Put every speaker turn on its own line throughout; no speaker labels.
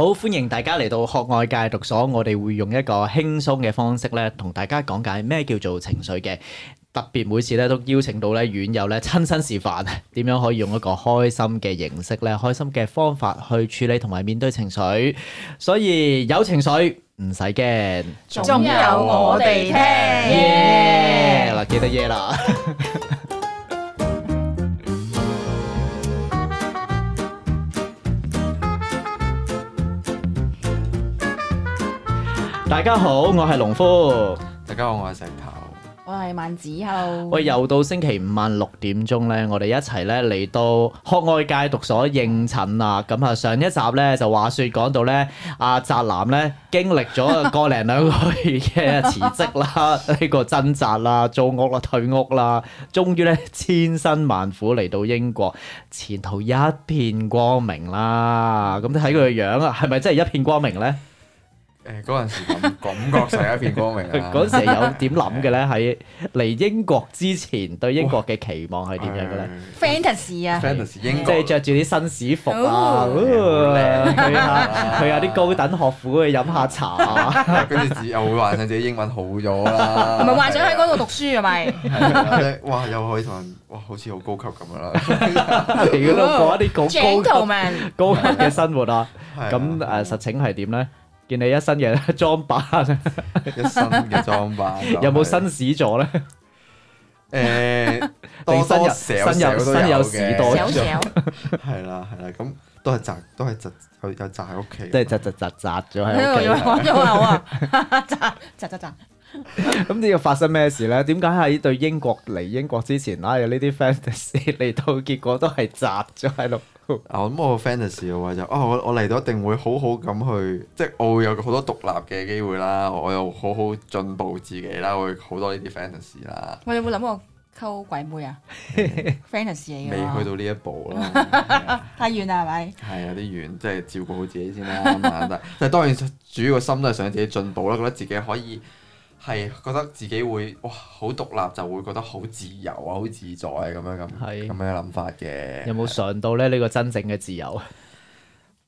好，歡迎大家嚟到學外戒毒所，我哋會用一個輕鬆嘅方式咧，同大家講解咩叫做情緒嘅。特別每次咧都邀請到咧院友咧親身示範，啊點樣可以用一個開心嘅形式咧， 開心嘅方法去處理同埋面對情緒。所以有情緒唔使驚，
總有我哋聽
耶！嗱，記得耶啦。 大家好，我係農夫。
大家好，我係石頭。
我係萬子後，
喂，又到星期五晚六點鐘咧，我哋一齊咧嚟到學外戒毒所應診啦。咁啊，上一集咧就話説講到咧，阿宅男咧經歷咗個零兩個月嘅辭職啦， 呢個掙扎啦，租屋啦，退屋啦，終於咧千辛萬苦嚟到英國，前途一片光明啦。咁睇佢嘅樣啊，係咪真係一片光明咧？
誒嗰陣時感 感覺上一片光明
佢
啊！
嗰陣時有點諗嘅咧？喺嚟英國之前對英國嘅期望係點樣嘅咧？
fantasy 啊，
？Fantasy
即係
英國
着住啲紳士服啊，
哦
哦去下
啊
去下啲高等學府去飲下 茶，啊
跟住自又會幻想自己英文好咗啦。
唔係幻想喺嗰度讀書係咪？
嗰度。哇！又可以同人哇，好似好高級咁 樣啦。
嚟嗰度過一啲好
gentleman，
高高級嘅生活啊。
係
咁
啊
誒實情係點咧？見你一身嘅裝扮，
一身嘅裝扮就係，
有冇紳士座咧？
誒多
定身
多
有
少
身有
少都
身有
有
士多
嘅。
小小，
係啦係啦，咁都係宅，都係宅，有有宅喺屋企。
即係窒窒窒窒咗
喺度仲
喺屋
講咗口啊， 咋咋咋咋，
企。咁呢個發生咩事咧？點解喺對英國嚟英國之前，啊有呢啲 fantasy 嚟到，結果都係窒咗喺度。
啊，咁我 fantasy 嘅話就，啊，我我嚟到一定會好好咁去，即係我會有好多獨立嘅機會啦，我又好好進步自己啦，會好多呢啲 fantasy 啦，
我哋會諗過溝鬼妹啊，fantasy 嚟
未
嘅喎，
去到呢一步啦，係 啊
太遠啦係咪？
係啊有啲遠，即係照顧好自己先啦，咁啊但但係當然主要個心都係想自己進步啦，覺得自己可以係覺得自己會哇好獨立，就會覺得好自由啊，好自在啊咁樣咁
係
咁樣嘅諗法嘅。
有冇嘗到咧呢個真正嘅自由？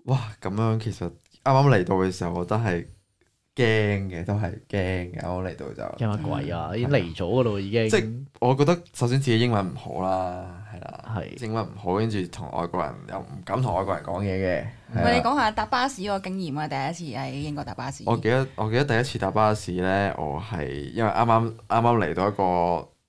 哇，咁樣其實啱啱嚟到嘅時候，我都係驚嘅，都係驚嘅。啱啱嚟到就，
驚乜鬼啊？已經嚟咗噶咯，已經。
即係我覺得首先自己英文唔好啦，係啦，
係
英文唔好，跟住同外國人又唔敢同外國人講嘢嘅。
喂，你
係啦
講下搭巴士個經驗啊，第一次喺英國搭巴士，
我記得我記得第一次搭巴士咧，我係因為啱啱啱啱嚟到一個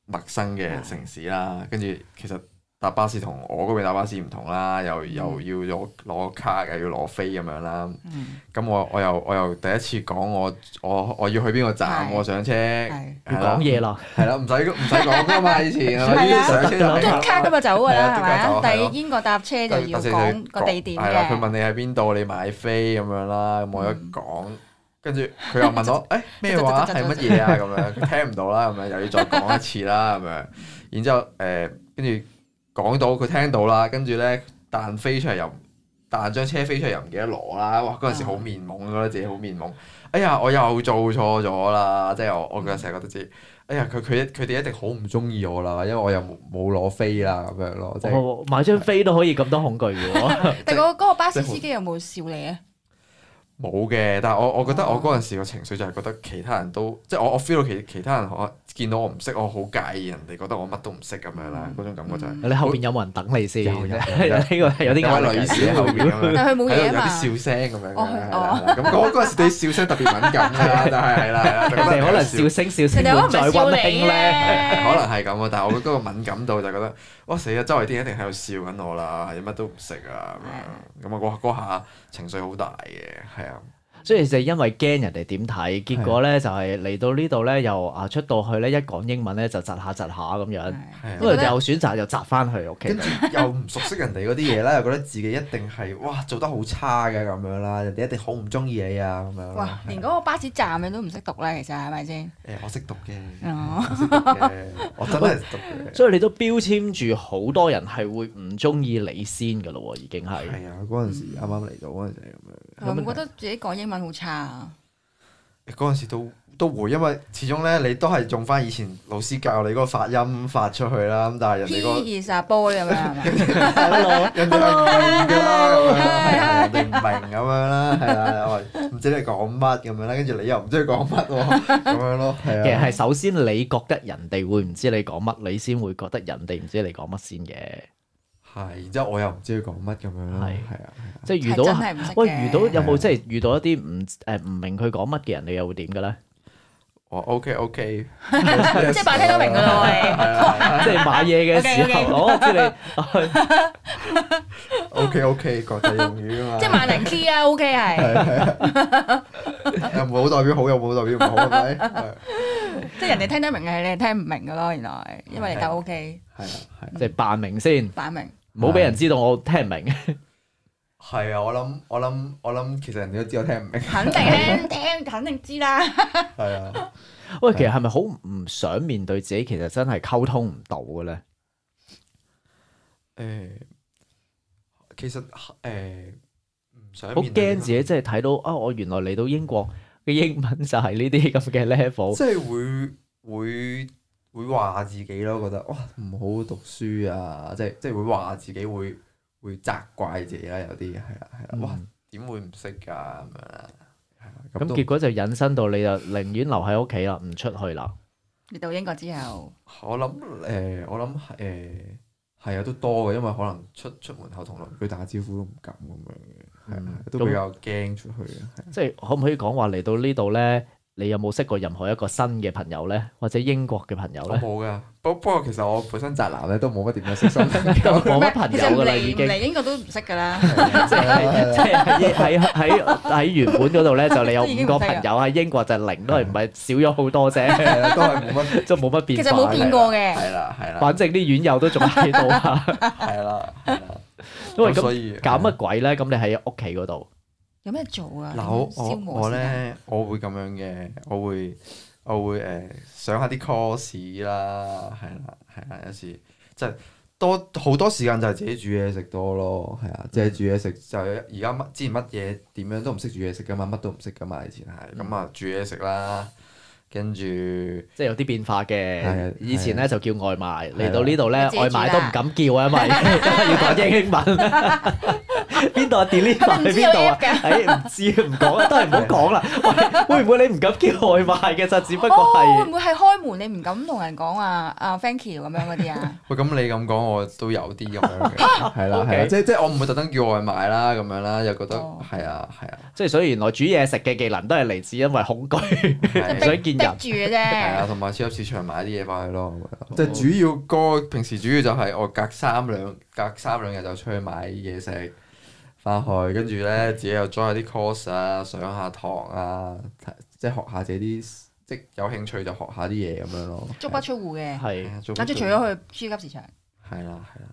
陌生嘅城市啦，跟住其實搭巴士同我嗰邊搭巴士唔同啦，又又要攞攞卡又要攞飛咁樣啦。
嗯
咁我我又我又第一次講我我我要去邊個站，
係
我上車，
係
要講嘢啦，
係啦，唔使唔使講噶嘛，以前係
係啊
咪上車就
係
嘟
係
卡咁就走㗎
係
啦係
啊嘟
咪
卡
啊？
走係咯
但英國搭車就要
搭車就要
講個地點
係啦，
嘅
佢問。你喺邊度，你買飛咁樣啦，咁我一
嗯
講，跟住佢又 問我，誒咩話係乜嘢啊？咁樣佢聽唔到啦，咁樣又要再講一次啦，咁樣，然之後誒，跟住講到佢聽到啦，跟住咧彈飛出嚟又彈張車飛出嚟又唔記得攞啦，哇！嗰陣時好面懵，覺得自己好面
嗯
懵，哎呀我又做錯咗啦，即係我我嗰陣時係覺得自己。哎呀，佢佢一佢哋一定好唔中意我啦，因為我又冇冇攞飛啦咁樣咯，即係
哦買張飛都可以咁多恐懼嘅喎。
但嗰嗰個巴士
即係好
司機有冇笑你啊？
冇嘅，但係我我覺
哦
得我嗰陣時個情緒就係覺得其他人都即係我我 feel 到其其他人我見到我唔識，我好介意人哋覺得我乜都唔識咁樣
嗯
啦，嗰種感覺就係、
你後邊有冇人等你先？
有
呢
有有
個係有啲壓
有
力啊
位
嘅
女士喺後邊咁樣，
但佢冇
喺度
嘢啊
有
嘛。
啲笑聲咁樣
哦
嘅，係
哦
啦係啦咁我嗰陣時對笑聲特別敏感 啦，但係係啦係啦，就
人
覺
哋
得
可能笑聲笑聲
人哋可能
滿
唔
載
係笑
溫
你
馨咧。
可能
咧，
係咁啊，但係我嗰個敏感度就覺得，哇死啊！周圍啲人一定喺度笑緊我啦，係乜都唔識啊咁樣，咁啊嗰嗰下情緒好大嘅，係啊，
所以就因為驚人哋點睇，結果咧就係嚟到呢度咧，又啊出到去咧，一講英文咧就窒下窒下咁樣。
係啊
咁。啊有選擇又窒翻去屋企
跟。住又唔熟悉人哋嗰啲嘢啦，又覺得自己一定係哇做得好差嘅咁樣啦，人哋一定好唔中意你啊咁樣
哇
啦！。
連嗰個巴士站你都唔識讀啦，其實係咪先？
誒，我識讀 嘅，
哦
我識讀嘅，我真係讀嘅。
所以你都標籤住好多人係會唔中意你先嘅咯喎，已經係。
係啊，嗰陣時啱啱嚟到嗰陣時係咁樣
我覺得自己講英文好差啊，
嗰陣時都都會，因為始終咧你都係用翻以前老師教你嗰個發音發出去啦。咁但係人哋個
He is a boy 咁樣係咪？
人哋 係唔啊明㗎啦，咁樣人哋唔明咁樣啦，係啦，我唔知你講乜咁樣啦，跟住你又唔知佢講乜喎，咁樣咯，
其
係
實
啊。
係首先你覺得人哋會唔知你講乜，你先會覺得人哋唔知你講乜先嘅。
係，然之後我又唔知佢講乜咁樣啦，
係
係啊。
即係遇到
係真係唔識嘅
喂，遇到有
係啊
冇即係遇到一啲唔誒唔明佢講乜嘅人，你又會點嘅 咧？
我 OK OK，
即係扮聽都明㗎
啊
啦喂
啦
即係買嘢嘅時
OK，OK
候，我知你
OK OK 國際用語啊嘛，
即係萬能 key 啊，OK 係，
又冇代表好，又冇代表唔好，係 啊咪？係
即係人哋聽得明嘅，你係聽唔明嘅咯。原來因為你夠 OK
係啊係啊
即係扮明先，
擺明，
唔好俾人知道我聽唔明。
係啊！我諗我諗我諗，其實人哋都知我聽唔明，
肯定聽聽肯定知啦。
係啊，
喂，其實係咪好唔想面對自己？其實真係溝通唔到嘅咧。
誒，其實誒唔想
好
面對
驚自己真係睇到啊！我原來嚟到英國嘅英文就係呢啲咁嘅 level。
即係會會會話自己咯，覺得哇唔好讀書啊，即係即係會話自己會會責怪自己啦，有啲係啦係啦，哇
嗯
點會唔識㗎啊咁樣啦，係啦
咁
都
結果就引申到你就寧願留喺屋企啦，唔出去啦。
嚟到英國之後，
我諗誒、我諗誒係啊，都多嘅，因為可能出出門口同鄰居打招呼都唔敢咁樣嘅，係啊、
嗯
都
咁
比較驚出去嘅。係啊
即係可唔可以講話嚟到呢度咧？你有冇識過任何一個新嘅朋友咧，或者英國嘅朋友
我
咧？
冇㗎，不不過其實我本身宅男咧都冇乜點樣識 心應
都
手。
冇乜朋友噶啦，已
其實
經
嚟。嚟英國都唔識㗎啦。
即係即係喺喺喺原本嗰度咧，就你有 五個朋友喺英國就零，都係唔係少咗好多啫，
係啊，都係冇乜。
即係冇乜
其
變
實冇
化。
變過嘅，
係啦， 係啦，
反正啲院友都仲喺度 啊，
係啦，係啦。
因為
咁所
咁
以
搞乜鬼咧？咁你喺屋企嗰度，
有咩做啊？
嗱，我我
消磨
我
時間，
咧，我會咁樣嘅，我會我會誒、呃上下啲 course 啦，係啦係啦，有時即係多好多時間就係自己煮嘢食多咯，係
嗯
啊，即係煮嘢食就係而家乜之前乜嘢點樣都唔識煮嘢食噶嘛，乜都唔識噶嘛，以前
嗯
係咁啊煮嘢食啦，跟住
即係有啲變化
係啊
嘅。以前咧就叫外賣，嚟到
係啊
呢度咧
你自己
外
煮啦
賣都唔敢叫啊，因 為要講英文。邊度啊
佢
？deliver
唔
喺
知有
邊度啊
app 㗎？
誒唔知唔講啦，都係唔好講啦。喂，會唔會你唔敢叫外賣嘅？就只不過
哦，會
係
唔會係開門你唔敢同人講啊？啊，thank you 咁樣嗰 啲啊？
喂咁你咁講我都有啲 咁樣嘅，係啦係啦，
OK
即即係我唔會特登叫外賣啦咁樣啦，又覺得
哦
係啊係 啊，
即係，所以原來煮嘢食嘅技能都係嚟自因為恐懼。
係
唔想見人
逼住嘅
係啊，
啫。
同埋超級市場買啲嘢翻去咯，我覺得即係主要歌平時主要就係我隔三兩隔三兩日就出去買嘢食，翻去跟住咧自己又 join 下啲 course 啊，上下堂啊，睇即係學下自己啲即有興趣就學下啲嘢咁樣咯。啊
足不出戶嘅，
係。啊
咁即係除咗去超級市場，
係啦係啦，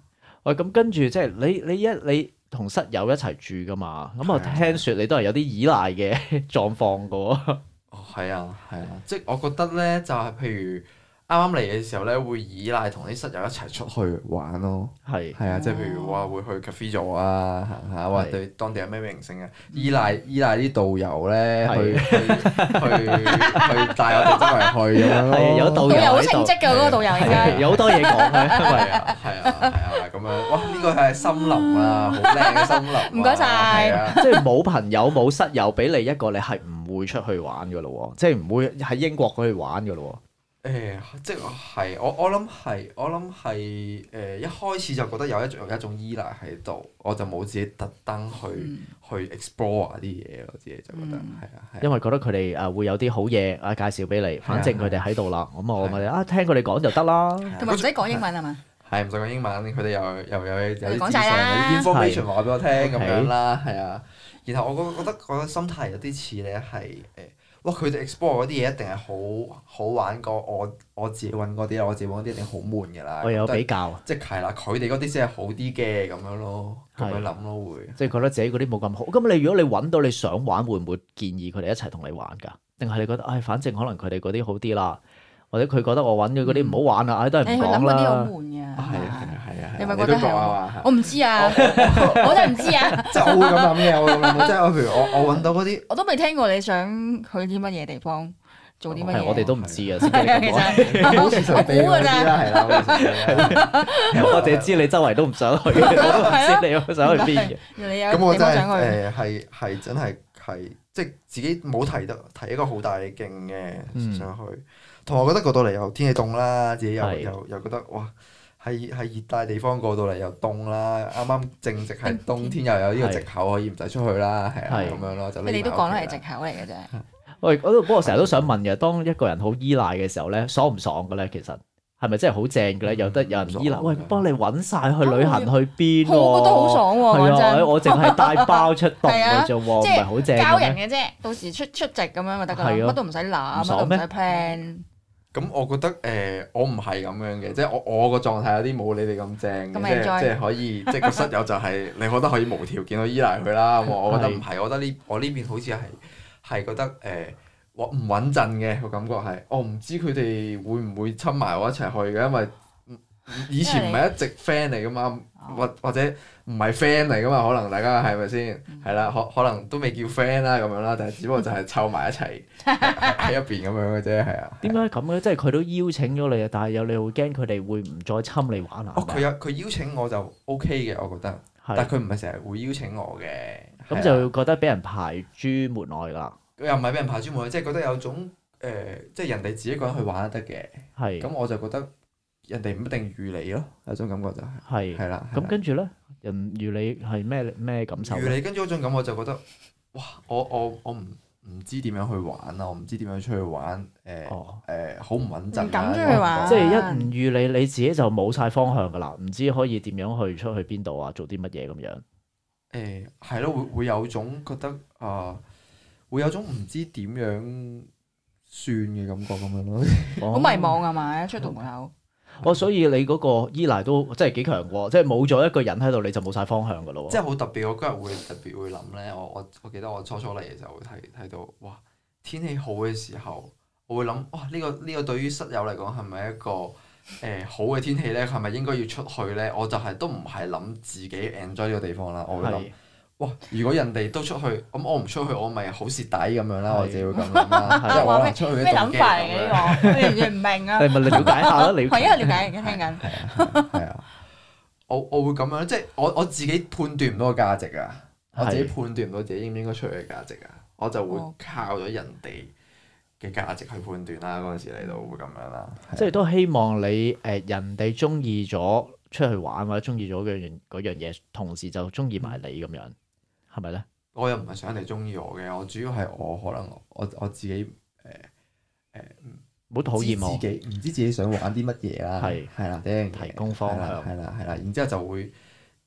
喂，咁跟住即係你你一你同室友一齊住噶嘛？咁我
係啊
聽說你都係有啲依賴嘅 狀況噶
哦係啊係啊，即係我覺得咧就係譬如。啱啱嚟嘅時候咧，會依賴同啲室友一齊出去玩咯。
喎，係
係啊，即係譬如話會去 cafe 座啊，行下或
嗯係
者當地有咩名勝啊，依賴依賴啲導遊咧，
係
去去去去帶我哋周圍去咁樣咯
係啊有導
導
遊
遊好
喺
稱
度，
職嘅嗰個導遊應該。
係有好啊多嘢講嘅，因為
係啊係啊係啊咁樣，哇！呢個係森林啊，好靚嘅森 林啊。
唔該晒
係啊
即係冇朋友冇室友俾你一個，你係唔會出去玩噶咯喎，即係唔會喺英國嗰度玩噶咯
誒，即係我我諗係，我諗係誒，一開始就覺得有一種有一種依賴喺度，我就冇自己特登去、
嗯
去 explore 啊啲嘢咯，自己就覺得
嗯
係啊係啊
喎，因為覺得佢哋誒會有啲好嘢啊介紹俾你，反正佢哋喺度啦，咁我咪啊聽佢哋講就得啦。
同埋唔使講英文係啊嘛？
係唔使講英文，佢哋又又有有啲
講
資
晒啦
訊，有啲 information 話俾我聽
OK
咁樣啦，係啊。然後我覺覺得我嘅心態有啲似咧係誒，哇！佢哋 explore 嗰啲嘢一定係好好玩過我我自己揾嗰啲啦，我自己揾嗰啲一定好悶㗎啦。
我有
覺得
比較。
即係係啦，佢哋嗰啲先係好啲嘅咁樣咯，咁
係
樣諗咯會。
即係覺得自己嗰啲冇咁好。咁你如果你揾到你想玩，會唔會建議佢哋一齊同你玩㗎？定係你覺得，唉，反正可能佢哋嗰啲好啲啦，或者佢覺得我揾嘅嗰啲唔好玩啦，啊唉，都係
誒，
唔
佢諗
講
嗰啲好
啦。
悶嘅。係
係啊
嘛
係啊係啊，
你咪
覺
覺得係
講啊？
我唔知啊，
哦
我真係唔知啊，
即係我會 咁諗嘅，我會咁諗，即係我譬如我我揾到嗰啲
我都未聽過你想去啲乜嘢地方，做啲乜
係
嘢？
我哋都唔知 啊，識咗你咁耐
其 實
好似同你嗰啲
啊
啦，係啦，好似同你嗰啲啦
我哋知你周圍都唔想 去，我都唔知你想去邊嘅。
你有
咁我
啊你
真
冇想去？
係誒係係真係係即係自己冇提得提一個好大嘅勁
嗯
嘅上去，同埋我覺得過到嚟又天氣凍啦，自己又
係
又又覺得哇喺喺熱帶地方過到嚟又凍啦，啱啱正 值係冬天又有呢個藉口可以唔使出去啦，係啊
係啊
咁樣咯，就匿
你
埋
哋都
屋
講得係
企啦
藉口嚟嘅啫。
喂，我都不過成日都想問嘅，當一個人好依賴嘅時候咧，爽唔爽嘅咧？其實係咪真係好正嘅咧？有得有人依賴，
爽
喂，幫你揾晒去旅行去邊喎？
我覺得哦好爽喎，講
係啊，
真。
我淨係帶包出洞
係
嘅
啊
啫喎，唔
即係
係好正
交
嘅
人
咩。
嘅啫，到時出出席咁樣咪得㗎啦，
係啊
乜都唔使諗，
唔
乜都
爽
唔
咩
使 plan，
咁
嗯
我覺得誒、呃我唔係咁樣嘅，即係我我個狀態有啲冇你哋咁正嘅，
咁
即
enjoy
係即係 可以，即係個室友就係、你覺得可以無條件去依賴佢啦。我我覺得唔係，我覺得呢我呢邊好似係係覺得誒。呃我唔穩陣嘅個感覺係，我唔知佢哋會唔會親埋我一齊去嘅，因為以前唔係一直 friend 嚟噶
哦
嘛，或或者唔係 friend 嚟噶嘛，可能大家係咪先？
嗯
係啦，可可能都未叫 friend 啦咁樣啦，但係只不過就係湊埋一 齊喺喺一邊咁樣嘅啫，係啊。
點解咁嘅？即係佢都邀請咗你啊，但係有你會驚佢哋會唔再侵你玩啊？
哦，佢有佢邀請我就 O K 嘅，我覺得，但
係
係佢唔係成日會邀請我嘅，
咁
係啊
就覺得俾人排諸門外㗎啦。
佢又唔係俾人排專門，即係覺得有種誒、呃即係人哋自己一個人去玩得嘅，
係
咁我就覺得人哋唔一定預你咯，有種感覺就
係。
係、係啦，係
咁
啦
跟住咧，人如你係咩咩感受呢？啊
預你跟住嗰種感覺就覺得，哇！我我我唔唔知點樣去玩啊，我唔知點樣出去玩，誒
哦，
誒好唔穩陣啊
唔敢出去玩
即係一唔預你，你自己就冇晒方向㗎啦，唔知可以點樣去出去邊度啊，做啲乜嘢咁 樣。
誒係咯，會會有種覺得啊、會有種唔知點樣算嘅感覺咁樣咯。
好
好
迷茫啊嘛，一出到門口。
哦，所以你嗰個依賴都真係幾強喎，即係冇咗一個人喺度，你就冇晒方向㗎
哦
咯喎。
即係好特別，我嗰日會特別會諗咧。我我我記得我初初嚟嘅時候會睇睇到，哇！天氣好嘅時候，我會諗，哇！呢、個呢、個對於室友嚟講係咪一個誒、呃好嘅天氣咧？係咪應該要出去咧？我就係都唔係諗自己 enjoy 呢個地方啦，我會諗
係。
哇！如果人哋都出去，咁我唔出去，我咪好蝕底咁樣啦，
係
我自己會咁 諗啦，
係
即係我可能
咩
出去
咩
嘅動
諗
機
法
係
嚟嘅
咁 樣
呢個？你完全唔明啊！
你咪你了解下啦，你
係因為了解而家聽緊。
係啊，我我會咁樣，即係我我自己判斷唔到個價值啊，我自己
係
判斷唔到自己應唔應該出去嘅價值啊，我就會
哦
靠咗人哋嘅價值去判斷啦。嗰陣時嚟到會咁樣啦，
即係都希望你誒、呃人哋中意咗出去玩或者中意咗嗰樣嗰樣嘢，同時就中意埋你咁樣，係咪咧？
我又唔係想人哋中意我嘅，我主要係我可能我我自己
唔好討厭我
知，自己唔知自己想玩啲乜嘢啦，
係
係啦，呢樣嘢
提供方向
係啦係啦係啦，然之後就會。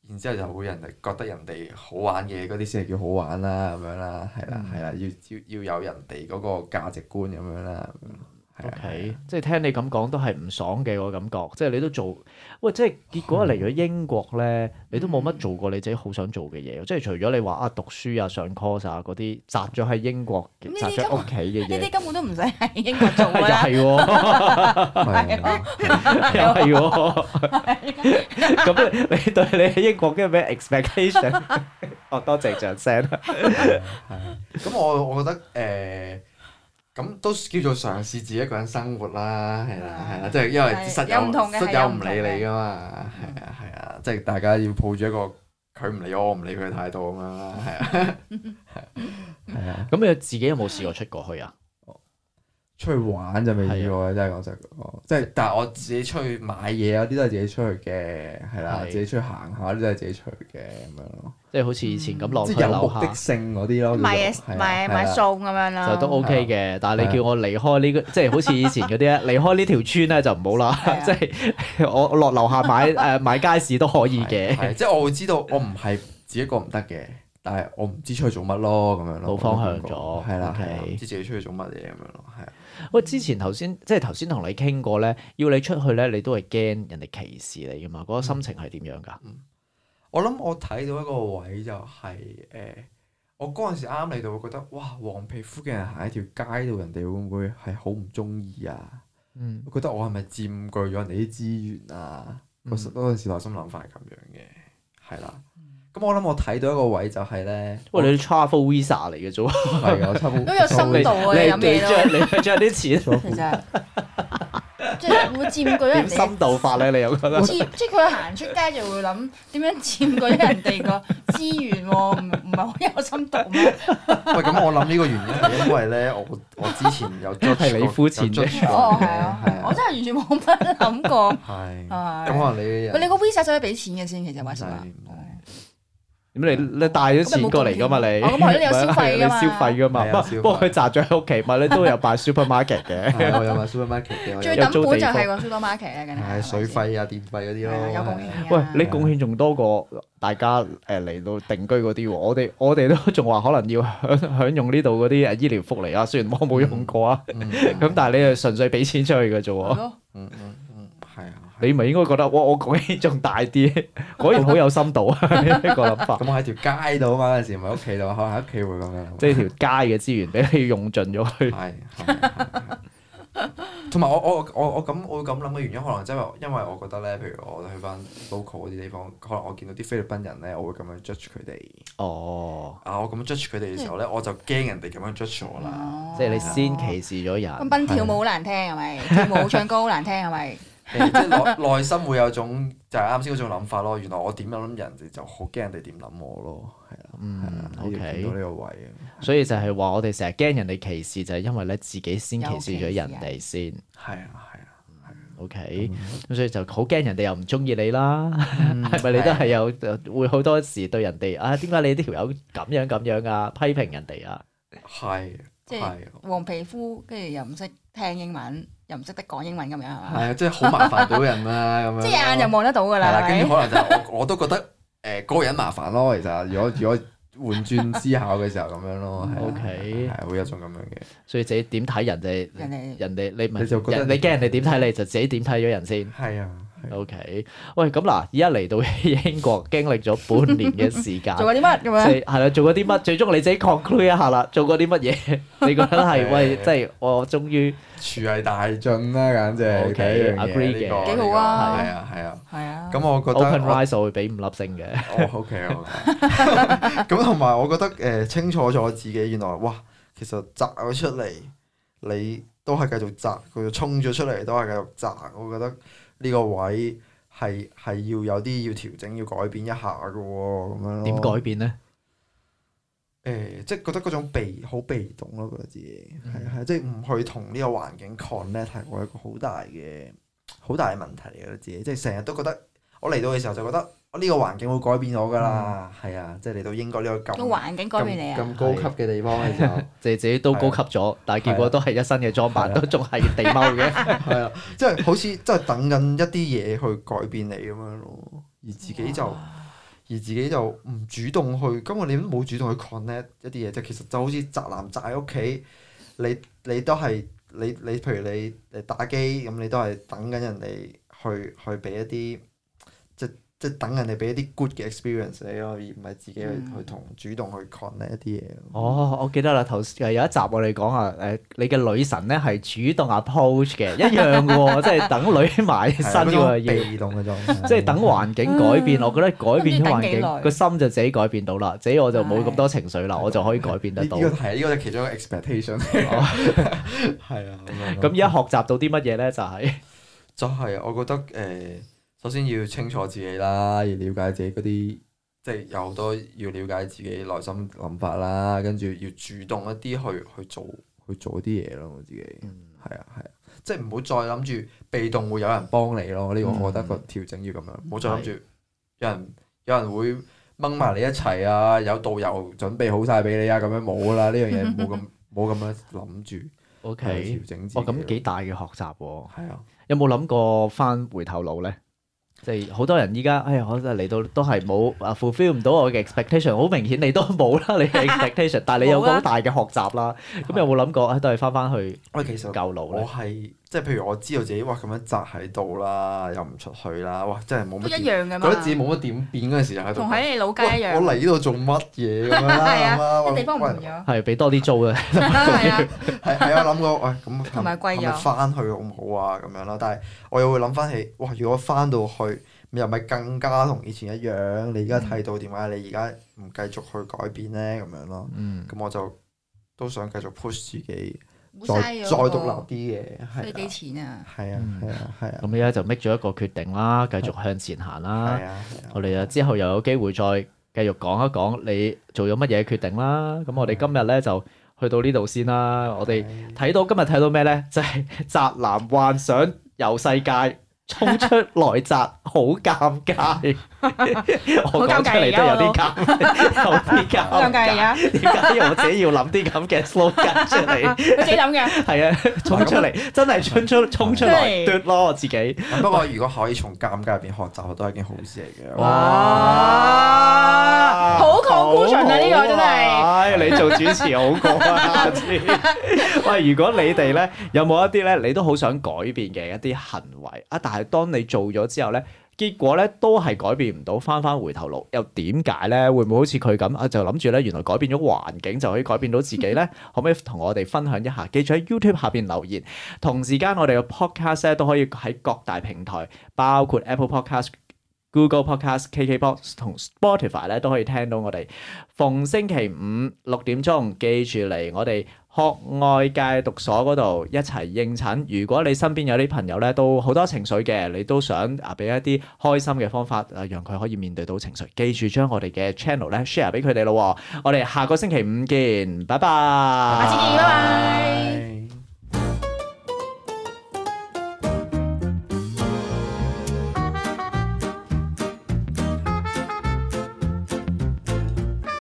然之後就會人哋覺得人哋好玩嘅嗰啲先係叫好玩啦，咁樣啦，係
嗯
啦係啦，要要要有人哋嗰個價值觀咁樣啦，咁樣係
O
啊
K，即係聽你咁講都係唔爽嘅個感覺，即係你都做，喂，即係結果嚟咗英國咧，你都冇乜做過你自己好想做嘅嘢，即係除咗你話啊讀書啊上 course 啊嗰啲，宅咗喺英國，
咁呢啲
宅咗喺屋企嘅
呢啲
嘢，
根本都唔使喺英國做㗎啦，
又係喎，
係啊
又係喎，咁你你對你喺英國嘅咩 expectation？哦，多謝掌聲。
咁我我覺得誒，咁、都叫做嘗試自己一個人生活啦，係啦係啦，即係因為
啊係
室
有唔同嘅
友室
係
友
有
唔
唔同嘅嗯
理你噶嘛，係啊係啊，即係大家要抱住一個佢唔理我，我唔理佢嘅態度咁樣啦，係啊係啊，
咁你自己有冇試過出過去啊？
出去玩就未試過嘅，真係講實講，即
啊
係但係我自己出去買嘢有啲都係自己出去嘅，係啦，
係
自己出去行下嗰啲都係自己出去嘅咁樣咯，
即係好似以前咁落
嗯即
哦去
係有
樓
目的
下。
性啊嗰啲咯，
買
叫
嘢
做係啊
買
係啊
買餸咁樣啦。
就都 OK 嘅，但係你叫我離開呢、個，即係好似以前嗰啲咧， 離開呢條村咧就唔好
係
啦。
啊
即係我我落樓下買 誒、買街市都可以嘅，
係即係我會知道我唔係自己一個唔得嘅，但係我唔知出去做乜咯咁樣咯，
冇方向咗
係啦
OK
係啦，唔知自己出去做乜嘢咁樣咯，係啊
喂，之前頭先即係頭先同你傾過咧，要你出去咧，你都係驚人哋歧視你噶嘛？嗰、個心情係點樣㗎？
我諗我睇到一個位就係、誒、我嗰陣時啱嚟到會覺得哇，黃皮膚嘅人行喺條街度，人哋會唔會係好唔中意啊？
嗯，
我覺得我係咪佔據咗人哋啲資源啊？
嗯
我嗰陣時內心諗法係咁樣嘅，係啦。咁我諗我睇到一個位就係咧，
嗯喂，你 travel visa 嚟嘅啫喎，
係我差 唔
都有深
你
度啊
你
飲嘢
你
都
着你着啲錢
其實即係會佔據咗人
點
哋
深度法咧？你又覺得？
資即係佢行出街就會諗點樣佔據咗人哋個 資源喎，唔唔係好有深度咩？
喂，咁我諗呢個原 因係因為咧，我我之前 有 judge
係你膚淺啫
過有 judge 過
哦，
嘅
係啊，係啊我
係
真係完全冇乜諗過。
係
係
咁可能你
喂，你個 Visa 使唔使俾錢嘅先？其實話時話，
咁你你帶咗錢過嚟㗎嘛？你
哦咁係咯你有消費㗎嘛
係你消費㗎
係啊
嘛？
消費
不不過佢宅咗喺屋企嘛，你都有擺 supermarket 嘅。
係我有買 supermarket 嘅，我
最
有
有
抌
租
本就
地方
係個 supermarket 啦，梗
係
係
水費啊、電費嗰啲
係
咯
啦，，有貢獻嘅。
喂，你貢獻仲多過大家誒嚟到定居嗰啲喎，我哋我哋都仲話可能要享 享用呢度嗰啲誒醫療福利啊，雖然我冇用過啊，
係
嗯
咁但係你係純粹俾錢出去嘅啫
係
喎，
咯，
嗯嗯嗯，係啊。
你咪應該覺得哇，我貢獻仲大啲， 果然好有深度啊呢個諗法，
咁我喺條街度啊嘛，嗰陣時唔係屋企度，可能喺屋企會咁樣。啊
即係條街嘅資源俾你用盡咗去，
係係係同埋我我我我咁我會咁諗嘅原因，可能真係因為我覺得咧，譬如我去翻 local 嗰啲地方，可能我見到啲菲律賓人咧，我會咁樣 judge 佢哋。
哦，
啊，我咁樣 judge 佢哋嘅時候咧，我就驚人哋咁樣 judge 我啦。
哦
即係你先歧視咗
咁
人，
賓跳舞好難聽係咪？跳舞唱歌好難聽係咪？
誒即係內 內心會有種就係啱先嗰種諗法咯。原來我點樣諗人哋，就好驚人哋點諗我咯。係啦，係
嗯
啦，我要見到
，OK，
呢個位
所以就係話我哋成日驚人哋歧視，就係因為咧自己先歧視咗人哋先。
係啊 係啊。
OK，咁所以就好驚人哋又唔中意你啦，
嗯
係咪你都係有 會好多時對人哋啊？點解你呢條友咁樣咁樣啊？批評人哋啊？
係
即係
係
黃皮膚，跟住又唔識聽英文，又唔識得講英文咁樣係嘛？
係啊，即係好麻煩到人啦咁樣。
即係眼又望得到㗎
係
啦，
啦，跟
係
住
咪？
可能就我 我都覺得誒嗰個人麻煩咯。其實如果如果換轉思考嘅時候咁樣咯係啊
OK
係會有種咁樣嘅，
所以自己點睇人哋，
人哋
人哋你咪
你就覺得
人你驚人哋點睇你，就自己點睇咗人先。
係啊，
OK，喂，咁嗱，而家嚟到 英國，經歷咗半年嘅時 間，
做過啲乜咁
即
樣？
係係啦，做過啲乜？最終你自己 conclude 一下啦，做過啲乜嘢？你覺得係喂，即係我終於
廚藝大進啦，簡直
OK，
第一樣嘢
agree 嘅
呢個
幾好啊
係啊係啊，
係啊。
咁我覺
open
得我
rise 我會俾五粒星嘅。
哦，OK，好 嘅咁同埋我覺得誒呃清楚咗自己，原來哇，其實摘咗出嚟，你都係繼續摘，佢衝咗出嚟都係繼續摘。我覺得呢個位係係要有啲要調整，要改變一下嘅喎，咁樣咯。
點改變咧？
誒、即係覺得嗰種被好被動咯，覺得自己
嗯
係啊係、即係唔去同呢個環境 connect 係我一個好大嘅好大嘅問題嚟嘅，覺得自己即係成日都覺得我嚟到嘅時候就覺得我呢個環境會改變我㗎啦，係啊，即係嚟到英國呢個
個嗯
咁
環境改變你啊！
咁高級嘅地方嘅時候，
自己自己都高級咗，但係結果都係一身嘅裝扮，
係啊
都仲係地踎嘅。
係啊，即係好似真係等緊一啲嘢去改變你咁樣咯，而自己就而自己就唔主動去，根本你都冇主動去 connect 一啲嘢，即係其實就好似宅男宅喺屋企，你你都係你你譬如你你打機咁，你都係等緊人哋去去俾一啲即即係等人哋俾一啲 good 嘅 experience 你咯，而唔係自己去
嗯
去同主動去 connect 一啲嘢咯。
哦，我記得啦，頭先有一集我哋講啊，誒，你嘅女神咧係主動 approach 嘅，一樣嘅喎，即係等女埋
係
身
啊嗰種
喎，要
被動嘅狀態，
即係等環境改變。我覺得改變咗環
咁唔知等幾耐
境，個心就自己改變到啦，自己我就冇咁多情緒啦，我就可以改變
呢
得
呢
到。哦
個係呢個係其中一個 expectation，係 啊，咁樣
咁
咯
而家學習到啲乜嘢咧？就係
就係我覺得誒、呃首先要清楚自己啦，要了解自己嗰啲，即係有好多要了解自己內心諗法啦，跟住要主動一啲去去做去做啲嘢咯，我自己
嗯
係啊係啊，即係唔好再諗住被動會有人幫你咯，呢、個
嗯
我覺得個調整要咁樣，唔好再諗住有人有人會掹埋你一齊啊，有導遊準備好晒俾你啊，咁樣冇啦，呢樣 嘢冇咁冇咁樣諗住
OK，
去調整自己
哦
哇，
咯。
咁幾大嘅學習喎。
係啊！
有冇諗過翻回頭路咧？即係好多人依家，哎呀，我真係嚟到都係冇啊 fulfill 唔到我嘅 expectation，好明顯你都冇啦，你 嘅 expectation，但係你有個好大嘅學習啦。咁有冇諗過，哎都係翻翻去
喂，其實
舊路
我
咧？
係即係譬如我知道自己哇咁樣宅喺度啦，又唔出去啦，哇真係冇
都
乜
一
點，
樣噶
覺
嘛，
得自己冇乜點變嗰陣時就喺度
同
諗，
喺你老街一
喂
樣
我，嚟呢度做乜嘢咁 樣
係
啦？
啊
咁啊喂
啲地方唔同
喂
咗，
係俾多啲租啊！
係啊，
係係有諗過， 喂咁
同埋貴咗
翻去好唔好啊？咁樣啦，但係我又會諗翻起，哇！如果翻到去又咪更加同以前一樣？你而家睇到點解你而家唔繼續去改變咧？咁樣咯，
嗯，
咁我就都想繼續 push 自己，
冇
再
嘥咗
再獨立啲嘅，
個飛
係
機
啊，
錢啊！
係啊，
嗯
係啊，係啊，
咁而家就 make 咗一個決定啦，繼續向前行啦
係。啊，係啊
我哋啊之後又有機會再繼續講一講你做咗乜嘢決定啦。咁我哋今日咧就去到呢度先啦。我哋睇到今日睇到咩咧？就係、宅男幻想遊世界。衝出來宅，好尷 尬。我講出嚟都有啲尷，有啲
好 尷
尷
尬而
尬。
家，
點解我自己要諗啲咁嘅 slogan 出嚟？
佢自己諗嘅。
係啊，衝出 嚟，真係衝出衝出嚟，奪咯我自己。
啊咁不過如果可以從尷尬入邊學習，都係一件好事嚟嘅。
哇好 conclusion 啊呢個真係
唉，你做主持好過 啊！喂，如果你哋咧有冇一啲咧，你都好想改變嘅一啲行為啊，但係當你做咗之後咧。結果咧都係改變唔到，翻翻回頭路，又點解咧？會唔會好似佢咁啊？就諗住咧，原來改變咗環境就可以改變到自己 咧？可唔可以同我哋分享一下？記住喺 YouTube 下邊留言，同時間我哋嘅 podcast 咧都可以喺各大平台，包括 Apple Podcast。Google Podcast、KKBox 同 Spotify 咧都可以聽到我哋。逢星期五六點鐘，記住嚟我哋學愛戒毒所嗰度一齊應診。如果你身邊有啲朋友咧都好多情緒嘅，你都想啊俾一啲開心嘅方法啊，讓佢可以面對到情緒。記住將我哋嘅 channel 咧 share 俾佢哋咯喎。我哋下個星期五見，拜拜。
下次見拜拜
拜。